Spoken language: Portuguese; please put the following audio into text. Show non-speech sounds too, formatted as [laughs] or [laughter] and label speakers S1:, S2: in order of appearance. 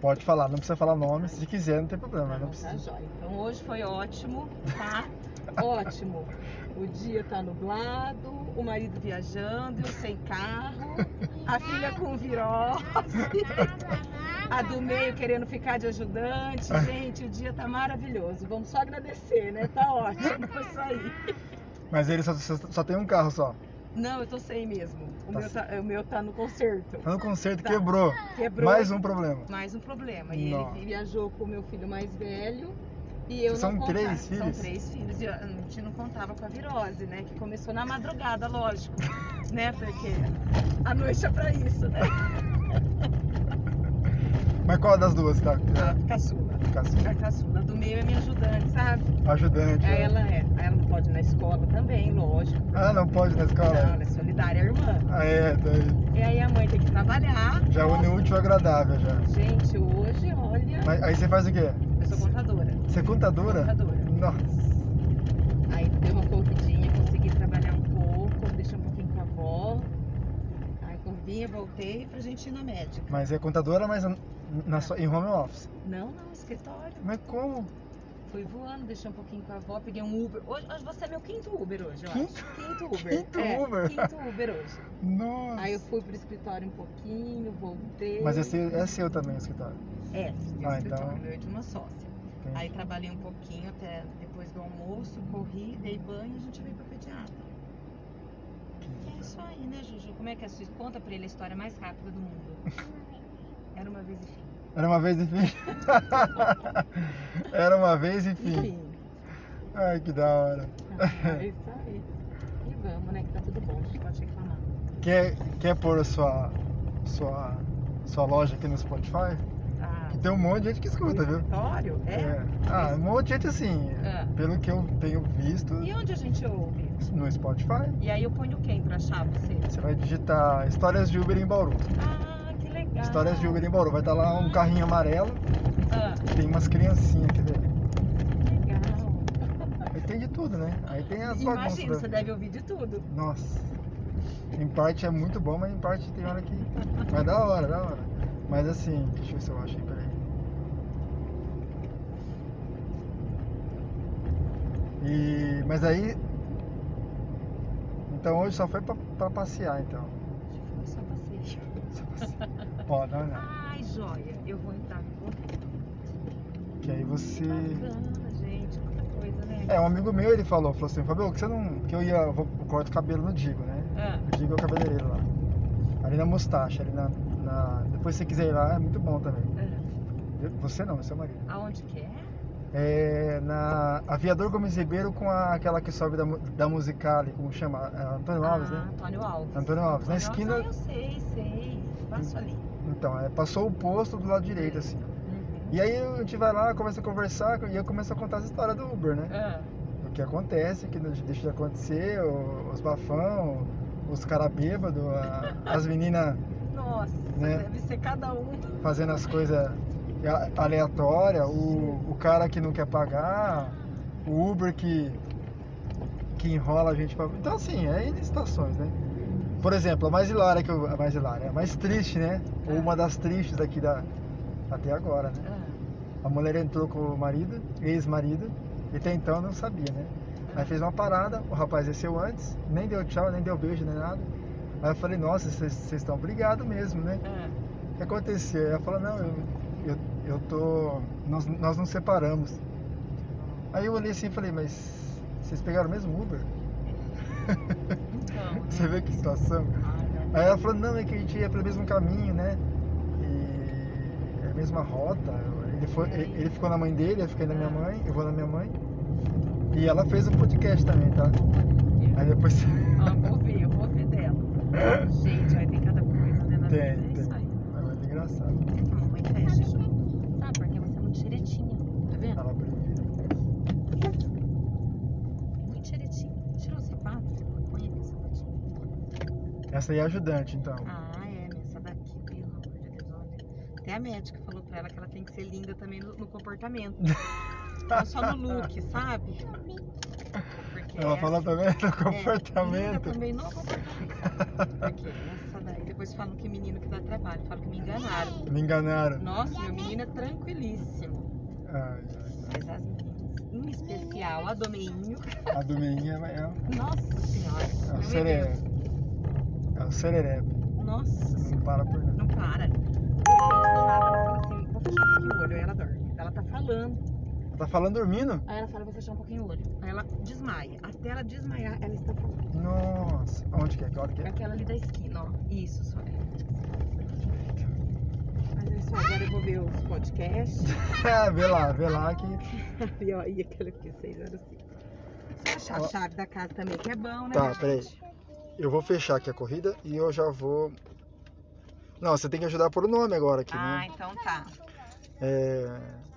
S1: Pode falar, não precisa falar nome, se quiser não tem problema, não
S2: Tá
S1: precisa.
S2: jóia. Então hoje foi ótimo,
S1: [laughs]
S2: tá? ótimo. O dia tá nublado, o marido viajando, eu sem carro, a filha com virose, a do meio querendo ficar de ajudante. Gente, o dia tá maravilhoso. Vamos só agradecer, né?
S1: [laughs]
S2: Tá ótimo, é isso aí.
S1: Mas ele só, só, só tem um carro só.
S2: Não, eu tô sem mesmo. O,
S1: Tá
S2: meu, tá, o meu tá no concerto.
S1: Tá no concerto,
S2: Tá.
S1: quebrou.
S2: Quebrou.
S1: Mais um problema.
S2: Mais um problema. E
S1: Nossa.
S2: ele viajou com o meu filho mais velho. E eu
S1: São
S2: não
S1: três
S2: contava. São
S1: filhos?
S2: três filhos. E eu- a gente não contava com a virose, né? Que começou na madrugada, lógico. [laughs] né? Porque a noite é pra isso, né?
S1: Mas qual das duas que tá?
S2: A caçula.
S1: Caçula.
S2: A caçula do meio é minha ajudante, sabe?
S1: Ajudante.
S2: Aí
S1: né?
S2: ela, é, aí ela não pode ir na escola também, lógico.
S1: Ah, não pode na
S2: Não,
S1: escola?
S2: ela é solidária à irmã.
S1: Ah, é, daí
S2: E aí a mãe tem que trabalhar.
S1: já une o útil ao agradável já.
S2: Gente, hoje, olha,
S1: Mas aí você faz o quê?
S2: eu sou contadora.
S1: Você é contadora?
S2: Contadora.
S1: Nossa.
S2: Aí deu uma corridinha, consegui trabalhar um pouco, deixei um pouquinho com a avó. Aí corridinha, voltei pra gente ir na médica.
S1: Mas é contadora, mas na- na sua- em home office.
S2: Não, não, escritório.
S1: Mas como?
S2: Fui voando, deixei um pouquinho com a avó, peguei um Uber. Hoje, hoje você é meu quinto Uber hoje, eu
S1: Quinto?
S2: acho. Quinto Uber.
S1: Quinto
S2: é,
S1: Uber?
S2: Quinto Uber hoje.
S1: Nossa.
S2: Aí eu fui pro escritório um pouquinho, voltei.
S1: Mas é seu, é seu também o escritório.
S2: É, é
S1: Ah,
S2: escritório,
S1: então-
S2: meu é de uma sócia.
S1: Entendi.
S2: Aí trabalhei um pouquinho até depois do almoço, corri, dei banho e a gente veio pra pediatra. E é isso aí, né, Juju? Como é que é a sua Conta pra ele a história mais rápida
S1: [laughs]
S2: do mundo. Era uma vez e fim.
S1: Era uma vez, enfim. [laughs] Era uma vez, enfim.
S2: Enfim.
S1: Ai, que da hora.
S2: Ah, É isso aí. [laughs] E vamos, né? Que tá tudo bom, a gente pode reclamar.
S1: [laughs] Quer, quer pôr sua, sua, sua loja aqui no Spotify?
S2: Ah,
S1: Que tem um monte de gente que escuta, viu?
S2: escritório? É.
S1: Ah, um monte de gente assim.
S2: É.
S1: Pelo que eu tenho visto
S2: E onde a gente ouve?
S1: no Spotify,
S2: E aí eu ponho quem pra achar você?
S1: você vai digitar Histórias de Uber em Bauru.
S2: Ah, que legal.
S1: Histórias de Uber em Bauru. Vai estar lá um carrinho amarelo,
S2: Ah,
S1: tem umas criancinhas, quer ver?
S2: que legal.
S1: Aí tem de tudo, né? Aí tem as bagunças. né?
S2: Imagina,
S1: da
S2: você
S1: vida.
S2: deve ouvir de tudo.
S1: Nossa. Em parte é muito bom, mas em parte tem hora que. Mas da hora, da hora. Mas assim, deixa eu ver se eu acho aí, peraí. E. Mas aí. Então hoje só foi pra, pra passear, então.
S2: Foi só passeio.
S1: Só passear. Ó, não, não.
S2: Ai, joia. Eu vou entrar no Tá
S1: Que aí você.
S2: Bacana, gente. Quanta coisa, né?
S1: É, um amigo meu ele falou, falou assim, Fabio, que você não. Que eu ia. Eu, vou, eu corto cabelo no Digo, né?
S2: Ah,
S1: Eu digo é o cabeleireiro lá. Ali na Mustache, ali na, na- Depois se você quiser ir lá, é muito bom também.
S2: ah.
S1: Eu- você não, seu marido.
S2: Aonde que é?
S1: É na Aviador Gomes Ribeiro com a- aquela que sobe da, mu- da Musicale, como chama? É Antônio Alves,
S2: Ah,
S1: né?
S2: Antônio Alves.
S1: Antônio Alves. Na esquina.
S2: Ah, eu sei, sei. Passo ali.
S1: Então, é, passou o posto do lado direito, assim.
S2: Uhum.
S1: E aí a gente vai lá, começa a conversar e eu começo a contar as histórias do Uber, né?
S2: Ah,
S1: O que acontece, o que não deixa de acontecer, o- os bafão, os caras bêbados, as meninas
S2: nossa,
S1: Né?
S2: deve ser cada um.
S1: fazendo as coisas a- aleatórias, o, o cara que não quer pagar, o Uber que, que enrola a gente pra... Então assim, é em situações, né? Por exemplo, a mais hilária que eu. A mais hilária, a mais triste, né? Ou uma das tristes daqui da. Até agora, né?
S2: Ah,
S1: A mulher entrou com o marido, ex-marido, e até então não sabia, né? Aí fez uma parada, o rapaz desceu antes, nem deu tchau, nem deu beijo, nem nada. Aí eu falei, nossa, vocês vocês estão brigados mesmo, né?
S2: ah.
S1: O que aconteceu? Ela falou, não, eu, eu, eu tô. Nós, nós nos separamos. Aí eu olhei assim e falei, mas vocês pegaram o mesmo Uber?
S2: Então, né?
S1: [laughs] Você vê que situação?
S2: Ah, não.
S1: Aí ela falou, não, é que a gente ia pelo mesmo caminho, né? E é a mesma rota. Ele, foi, ele, ele ficou na mãe dele, eu fiquei na
S2: Ah.
S1: minha mãe, eu vou na minha mãe. E ela fez um podcast também, tá? Aí depois. [laughs]
S2: Ah, vou ver, eu vou ver dela. Gente, vai ter cada coisa, né? Na
S1: Tem,
S2: vida. É
S1: tem.
S2: isso aí.
S1: É muito engraçado.
S2: A mamãe fecha, Ju. Sabe, porque você é muito xeretinha. Tá vendo?
S1: Ela brinca.
S2: Muito xeretinha. Tirou o sapato? Põe aqui o sapatinho.
S1: Essa aí é ajudante, então.
S2: Ah, é, né? Essa daqui, pelo amor de Deus, olha. Até a médica falou pra ela que ela tem que ser linda também no, no comportamento. Não só
S1: [laughs]
S2: no look, sabe? Porque
S1: Ela
S2: essa-
S1: fala também do
S2: é, linda
S1: comportamento.
S2: também no comportamento. Porque essa daí depois falam que menino que dá trabalho, falam que me enganaram.
S1: [laughs] Me enganaram.
S2: Nossa, meu menino é tranquilíssimo.
S1: Ai, ai,
S2: Mas as meninas, em especial a Domeinho,
S1: ai. A do Meinha é, é
S2: nossa senhora.
S1: o
S2: meu
S1: sereré. É o sereré.
S2: Deus. Nossa
S1: Não
S2: senhora.
S1: para por nada.
S2: Não para. Do nada ela fala assim, vou tá assim, fechar um pouquinho o olho. Aí ela dorme. Ela tá falando.
S1: Tá falando dormindo?
S2: Aí ela fala, vou fechar um pouquinho o olho. Aí ela desmaia. Até ela desmaiar, ela está falando.
S1: Nossa. Onde que é? Que hora que é? [laughs]
S2: Aquela ali da esquina, ó. Isso, Sueli. Mas é isso, agora eu vou ver os podcasts. [laughs]
S1: É, vê lá, vê lá que.
S2: e, ó, e aquele que seis horas assim. Só achar
S1: Ó.
S2: a chave da casa também, que é bom, né?
S1: Tá,
S2: gente?
S1: peraí. Eu vou fechar aqui a corrida e eu já vou. Não, você tem que ajudar por o nome agora um aqui,
S2: Ah,
S1: né?
S2: então tá.
S1: É.